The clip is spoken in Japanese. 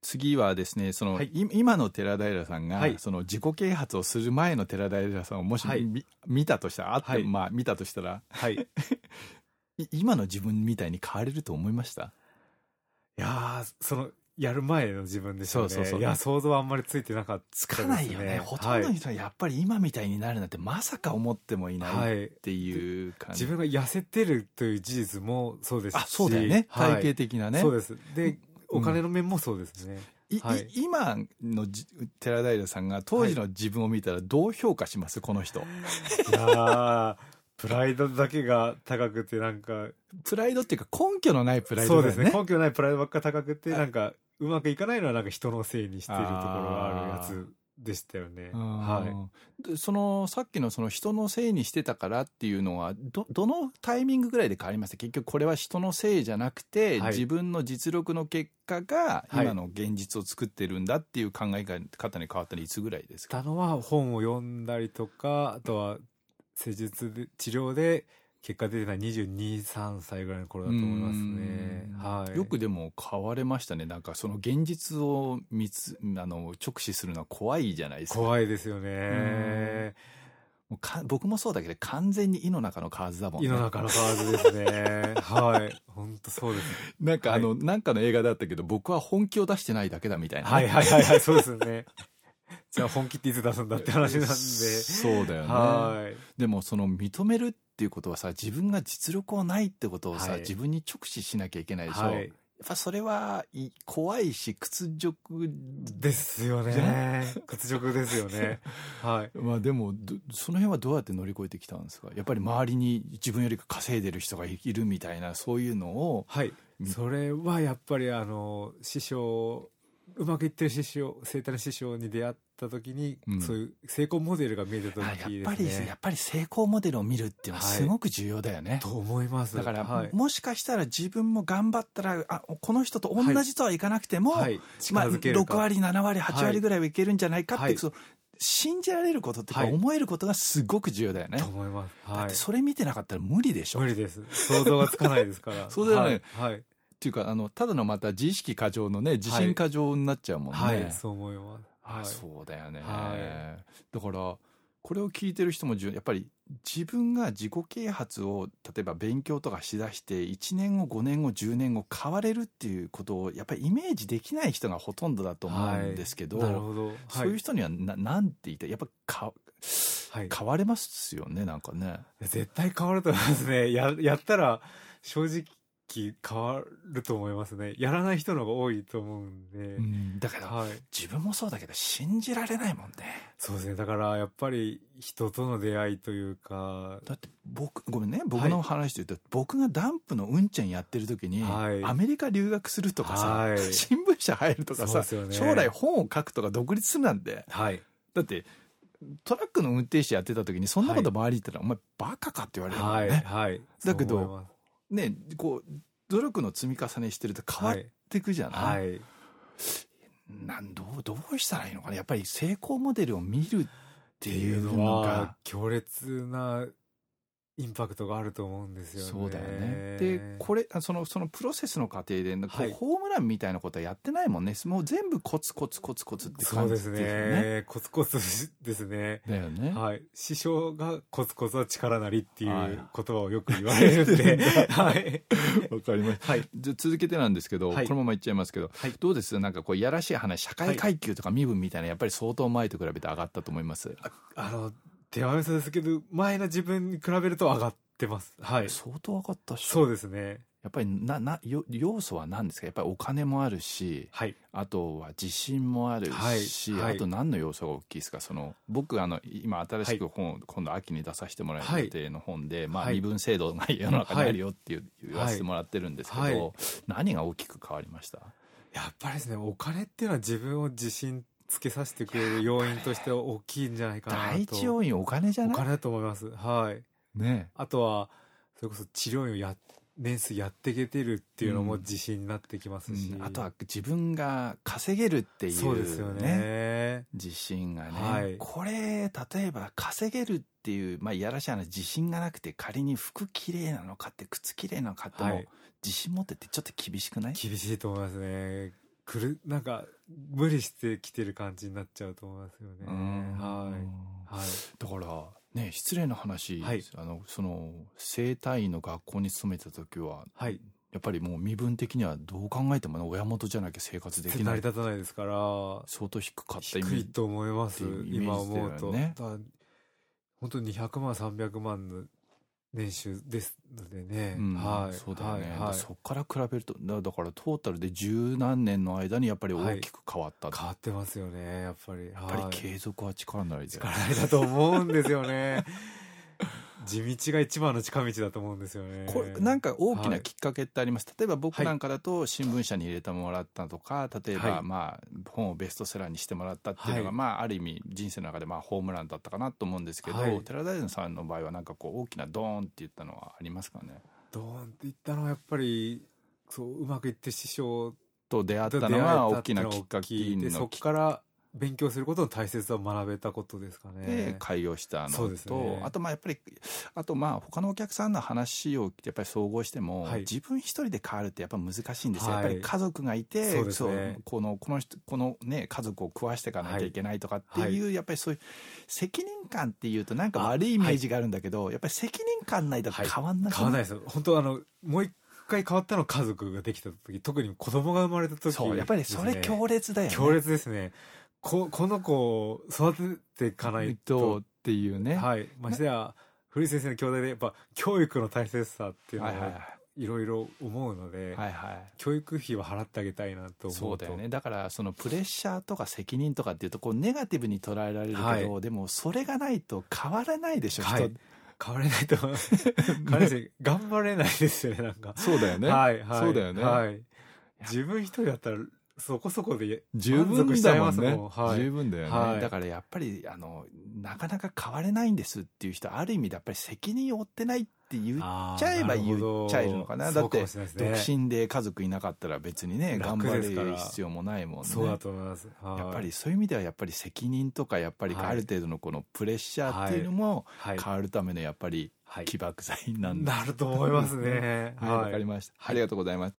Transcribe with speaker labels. Speaker 1: 次はですねその、
Speaker 2: はい
Speaker 1: い今の寺平さんが、
Speaker 2: はい
Speaker 1: その自己啓発をする前の寺平さんをもし、
Speaker 2: はい
Speaker 1: み見たとしたらあって、
Speaker 2: はい
Speaker 1: まあ見たとしたら
Speaker 2: はい。い
Speaker 1: い今の自分みたいに変われると思いました
Speaker 2: やー、その、やる前の自分でしょうね。
Speaker 1: そうそうそう
Speaker 2: いや、想像はあんまりついてなかったです、
Speaker 1: つかないよねほとんどの人はやっぱり今みたいになるなんてまさか思ってもい
Speaker 2: は。
Speaker 1: ないいっ
Speaker 2: はい。
Speaker 1: ていう感じ、
Speaker 2: 自分が痩せてるという事実もそうですし。
Speaker 1: あそうだよね、
Speaker 2: はい
Speaker 1: 体系的なね
Speaker 2: そうです。で、お金の面もそうですね。
Speaker 1: いい
Speaker 2: はい
Speaker 1: 今のじ寺平さんが当時の自分を見たらどう評価しますこの人
Speaker 2: いやー、プライドだけが高くてなんか、
Speaker 1: プライドっていうか根拠のないプライ
Speaker 2: そ
Speaker 1: ド
Speaker 2: う
Speaker 1: だ
Speaker 2: で
Speaker 1: よね
Speaker 2: すね。根拠ないプライドばっか高くて、なんか、うまくいかないのはなんか人のせいにしているところがあるやつでしたよね。はい。
Speaker 1: い、でそのさっきのその人のせいにしてたからっていうのはどどのタイミングぐらいで変わりました結局これは人のせいじゃなくて、
Speaker 2: はい
Speaker 1: 自分の実力の結果が
Speaker 2: はい
Speaker 1: 今の現実を作ってるんだっていう考え方に変わったのいつぐらいですか、
Speaker 2: たのは本を読んだりとか、あとは施術で、治療で、結果出てない22、3歳ぐらいの頃だと思いますね
Speaker 1: う。ん
Speaker 2: はい。
Speaker 1: よくでも変われましたねなんかその現実を見つあの直視するのは怖いじゃないですか
Speaker 2: 怖いですよね。
Speaker 1: もうか僕もそうだけど完全に井の中の蛙だもん
Speaker 2: 世の中のカードです ね。はい。本当そうです。
Speaker 1: なんかあの、
Speaker 2: は
Speaker 1: なんかの映画だったけど僕は本気を出してないだけだみたいなね、
Speaker 2: はいはいはいはい、そうですよね。 じゃあ本気っていつ出すんだって話なんで。
Speaker 1: そうだよね、
Speaker 2: はい。
Speaker 1: でもその認めるっていうことはさ自分が実力をないってことをさ、
Speaker 2: はい
Speaker 1: 自分に直視しなきゃいけないでしょ、
Speaker 2: は
Speaker 1: やっ
Speaker 2: い。
Speaker 1: ぱそれはい怖いし屈辱
Speaker 2: ですよ
Speaker 1: じゃ
Speaker 2: ね。屈辱ですよね。はい。
Speaker 1: まあでもどその辺はどうやって乗り越えてきたんですかやっぱり周りに自分より稼いでる人がいるみたいなそういうのを
Speaker 2: はい。それはやっぱりあの、師匠、うまくいってる師匠、生体の師匠に出会った時に、
Speaker 1: うん
Speaker 2: そういう成功モデルが見えた時
Speaker 1: あ
Speaker 2: ですね。
Speaker 1: やっぱりやっぱり成功モデルを見るっていうのはすごく重要だよね、
Speaker 2: と思います。
Speaker 1: だから、
Speaker 2: はい。
Speaker 1: もしかしたら自分も頑張ったらあこの人と同じとはいかなくても、
Speaker 2: はい。近
Speaker 1: まあ、
Speaker 2: づけるか。
Speaker 1: 6割7割8
Speaker 2: はい
Speaker 1: 割ぐらいはいけるんじゃないかって、
Speaker 2: はい
Speaker 1: その信じられることっていうか、
Speaker 2: はい
Speaker 1: 思えることがすごく重要だよね
Speaker 2: と。思います。
Speaker 1: だ
Speaker 2: は
Speaker 1: って
Speaker 2: い。
Speaker 1: それ見てなかったら無理でしょっ
Speaker 2: 無理です。想像がつかないですから。
Speaker 1: そうだよね
Speaker 2: はい。はい。
Speaker 1: ていうかあのただのまた自意識過剰のね自信過剰になっちゃうもんね。
Speaker 2: はい、そう思います。
Speaker 1: あ
Speaker 2: はい。
Speaker 1: そうだよね、
Speaker 2: は
Speaker 1: だからこれを聞いてる人も重要やっぱり自分が自己啓発を例えば勉強とかしだして1年後5年後10年後変われるっていうことをやっぱりイメージできない人がほとんどだと思うんですけど,、
Speaker 2: なるほど。
Speaker 1: そういう人にはななんて言ってやっぱか
Speaker 2: はい。
Speaker 1: 変われますよねなんかね。
Speaker 2: 絶対変わると思いますね。や、やったら、正直変わると思いますね。やらない人の方が多いと思うんで。
Speaker 1: だけど
Speaker 2: はい。
Speaker 1: 自分もそうだけど信じられないもんね。
Speaker 2: そうですね。だから、やっぱり、人との出会いというか、
Speaker 1: だって僕ごめんね僕の話で言うと、僕がダンプのうんちゃんやってる時に、
Speaker 2: はい
Speaker 1: アメリカ留学するとかさ、
Speaker 2: はい。
Speaker 1: 新聞社入るとか
Speaker 2: そ
Speaker 1: さ、
Speaker 2: うですよね
Speaker 1: 将来本を書くとか独立するなんて
Speaker 2: はい。
Speaker 1: だってトラックの運転手やってた時にそんなこと周りに言ったら、お前バカかって言われるもん
Speaker 2: はい。
Speaker 1: ね,、
Speaker 2: はい。
Speaker 1: だけど
Speaker 2: そう思います
Speaker 1: ねこう努力の積み重ねしてると変わっ
Speaker 2: はい。
Speaker 1: てくじゃない、
Speaker 2: はい。
Speaker 1: なんどうどうしたらいいのかなやっぱり成功モデルを見るっ
Speaker 2: ってて
Speaker 1: い
Speaker 2: いうう
Speaker 1: の
Speaker 2: の
Speaker 1: が
Speaker 2: は、強烈なインパクトがあると思うんですよね。
Speaker 1: そうだよね。で、これ、あその、そのプロセスの過程で、こう
Speaker 2: はい
Speaker 1: ホームランみたいなことはやってないもんね。もう全部コツコツコツコツって
Speaker 2: そ
Speaker 1: 感
Speaker 2: う
Speaker 1: じ
Speaker 2: で
Speaker 1: です
Speaker 2: す
Speaker 1: よね。
Speaker 2: ね。コツコツですね。
Speaker 1: だよね。
Speaker 2: はい。師匠がコツコツは力なりってい
Speaker 1: はいう
Speaker 2: 言葉をよく言われ るんで。はい。
Speaker 1: わかりました。
Speaker 2: はい。
Speaker 1: じゃあ続けてなんですけど、
Speaker 2: はい
Speaker 1: このままいっちゃいますけど、
Speaker 2: はい
Speaker 1: どうですなんかこういやらしい話社会階級とか身分みたいなやっぱり相当前と比べて上がったと思います、
Speaker 2: あの、手は嘘ですけど、前の自分に比べると上がってます。はい。
Speaker 1: 相当上がったっしょ
Speaker 2: そうですね。
Speaker 1: やっぱりななよ要素は何ですかやっぱりお金もあるし
Speaker 2: はい。
Speaker 1: あとは自信もあるし、
Speaker 2: はいはい
Speaker 1: あと何の要素が大きいですかその僕あの今新しく本を、今度秋に出させてもらう予定の本で、まあ、
Speaker 2: はい
Speaker 1: 身分制度が世の中にあるよっていう言わせてもらってるんですけど、
Speaker 2: はい
Speaker 1: 何が大きく変わりました
Speaker 2: やっぱりですね、お金っていうのは自分を自信つけさせてくれる要因として大きいんじゃないかなと。
Speaker 1: 第一要因お金じゃ
Speaker 2: お
Speaker 1: ない
Speaker 2: 金だと思います。はい。
Speaker 1: ね
Speaker 2: あとは、それこそ治療院をや、年数やっていけてるっていうのも自信になってきますし。
Speaker 1: うんあとは自分が稼げるっていう、ね、
Speaker 2: そうですよね。
Speaker 1: 自信がね、
Speaker 2: はい
Speaker 1: これ例えば稼げるっていう、まあ、いやらしい話自信がなくて仮に服綺麗なのかって靴綺麗なのかっても、
Speaker 2: はい
Speaker 1: 自信持ってってちょっと厳しくない
Speaker 2: 厳しいと思いますね。くる、なんか、無理してきてる感じになっちゃうと思いますよね。
Speaker 1: うん
Speaker 2: はい。はい。
Speaker 1: だからね失礼な話、
Speaker 2: はい
Speaker 1: あのその生体院の学校に勤めてた時は
Speaker 2: はい。
Speaker 1: やっぱりもう身分的にはどう考えてもね親元じゃなきゃ生活でき
Speaker 2: 成
Speaker 1: な
Speaker 2: り
Speaker 1: い
Speaker 2: 立たないですから、
Speaker 1: 相当低かった
Speaker 2: 低
Speaker 1: イメー
Speaker 2: い
Speaker 1: ジ
Speaker 2: と思います
Speaker 1: っていうイメージ
Speaker 2: 今思うと、
Speaker 1: だよね
Speaker 2: だから本当に200万300万の年収ですのでね、
Speaker 1: うん
Speaker 2: はい
Speaker 1: そうだよね、
Speaker 2: はいはい
Speaker 1: そこから比べるとだだからトータルで十何年の間にやっぱり大きく変わった、
Speaker 2: 変わってますよねやっぱりや
Speaker 1: やっぱり継続は力なりで、
Speaker 2: 力入りだと思うんですよね 地道が一番の近道だと思うんですよね
Speaker 1: これなんか大き
Speaker 2: は
Speaker 1: ないきっかけってあります、例えば僕
Speaker 2: はい
Speaker 1: なんかだと新聞社に入れてもらったとか例え
Speaker 2: は
Speaker 1: ば
Speaker 2: い
Speaker 1: まあ本をベストセラーにしてもらったっていうのが、
Speaker 2: はい
Speaker 1: まあある意味人生の中でまあホームランだったかなと思うんですけど、
Speaker 2: はい
Speaker 1: 寺田大臣さんの場合はなんかこう大きなドーンって言ったのはありますかね
Speaker 2: ドーンっていったのはやっぱりそううまくいって師匠
Speaker 1: と出会っ
Speaker 2: と
Speaker 1: た
Speaker 2: 出会え
Speaker 1: の
Speaker 2: た
Speaker 1: が
Speaker 2: っ
Speaker 1: 大き
Speaker 2: ていう
Speaker 1: なき
Speaker 2: のが
Speaker 1: っか
Speaker 2: 大
Speaker 1: け
Speaker 2: きいでそ
Speaker 1: の
Speaker 2: っ
Speaker 1: きっ
Speaker 2: から勉強することの大切さを学べたことですか
Speaker 1: で
Speaker 2: ね
Speaker 1: 開業した
Speaker 2: そう
Speaker 1: の
Speaker 2: です
Speaker 1: と、
Speaker 2: ね
Speaker 1: あとまあやっぱりあとまあ他のお客さんの話をやっぱり総合しても、
Speaker 2: はい
Speaker 1: 自分一人で変わるってやっぱ難しいんですよ、
Speaker 2: はい
Speaker 1: やっぱり家族がいて
Speaker 2: そうですね
Speaker 1: そうこのこの人このね家族を食わしていかなきゃいけないとかって
Speaker 2: はい
Speaker 1: いう、やっぱりそういう責任感っていうとなんか悪いイメージがあるんだけど、やっぱり責任感ないと
Speaker 2: はい
Speaker 1: 変わんなく
Speaker 2: 変わらないですよ本当あのもう一回変わったのは家族ができた時特に子供が生まれた時
Speaker 1: そうやっぱりそれ
Speaker 2: ですね
Speaker 1: 強烈だよね
Speaker 2: 強烈ですねここの子を育てていかない
Speaker 1: と
Speaker 2: と
Speaker 1: っていうね、
Speaker 2: はいましてや古井先生の兄弟でやっぱ教育の大切さっていうのを
Speaker 1: はいはいはい
Speaker 2: いろいろ思うので、
Speaker 1: はいはい
Speaker 2: 教育費は払ってあげたいなと思うと
Speaker 1: そうだよねだからそのプレッシャーとか責任とかっていうとこうネガティブに捉えられるけど、でもそれがないと変わらないでしょ、
Speaker 2: はい
Speaker 1: 人
Speaker 2: 変われないと思います 変われないし頑張れないですよねなんか
Speaker 1: そうだよね、
Speaker 2: はいはい
Speaker 1: そうだよね
Speaker 2: はい自分一人だったらそこそこで
Speaker 1: 十分だも
Speaker 2: 満足し
Speaker 1: ん
Speaker 2: ちゃい
Speaker 1: ね
Speaker 2: ますもんはい
Speaker 1: 十分だよね、
Speaker 2: はい
Speaker 1: だからやっぱりあのなかなか変われないんですっていう人ある意味でやっぱり責任を負ってないっていう
Speaker 2: 言
Speaker 1: っちゃえば言っちゃえるのかなだって独
Speaker 2: ね、
Speaker 1: 身で家族いなかったら別にね頑
Speaker 2: 楽
Speaker 1: 張
Speaker 2: ですから
Speaker 1: る必要もないもんね
Speaker 2: そうだと思います、はい
Speaker 1: やっぱりそういう意味ではやっぱり責任とかやっぱり
Speaker 2: はい
Speaker 1: ある程度のこのプレッシャーっていうのも
Speaker 2: はい、
Speaker 1: 変わるためのやっぱり
Speaker 2: はい
Speaker 1: 起爆剤なんだ
Speaker 2: なると思いますね
Speaker 1: はい、わかりました。ありがとうございます。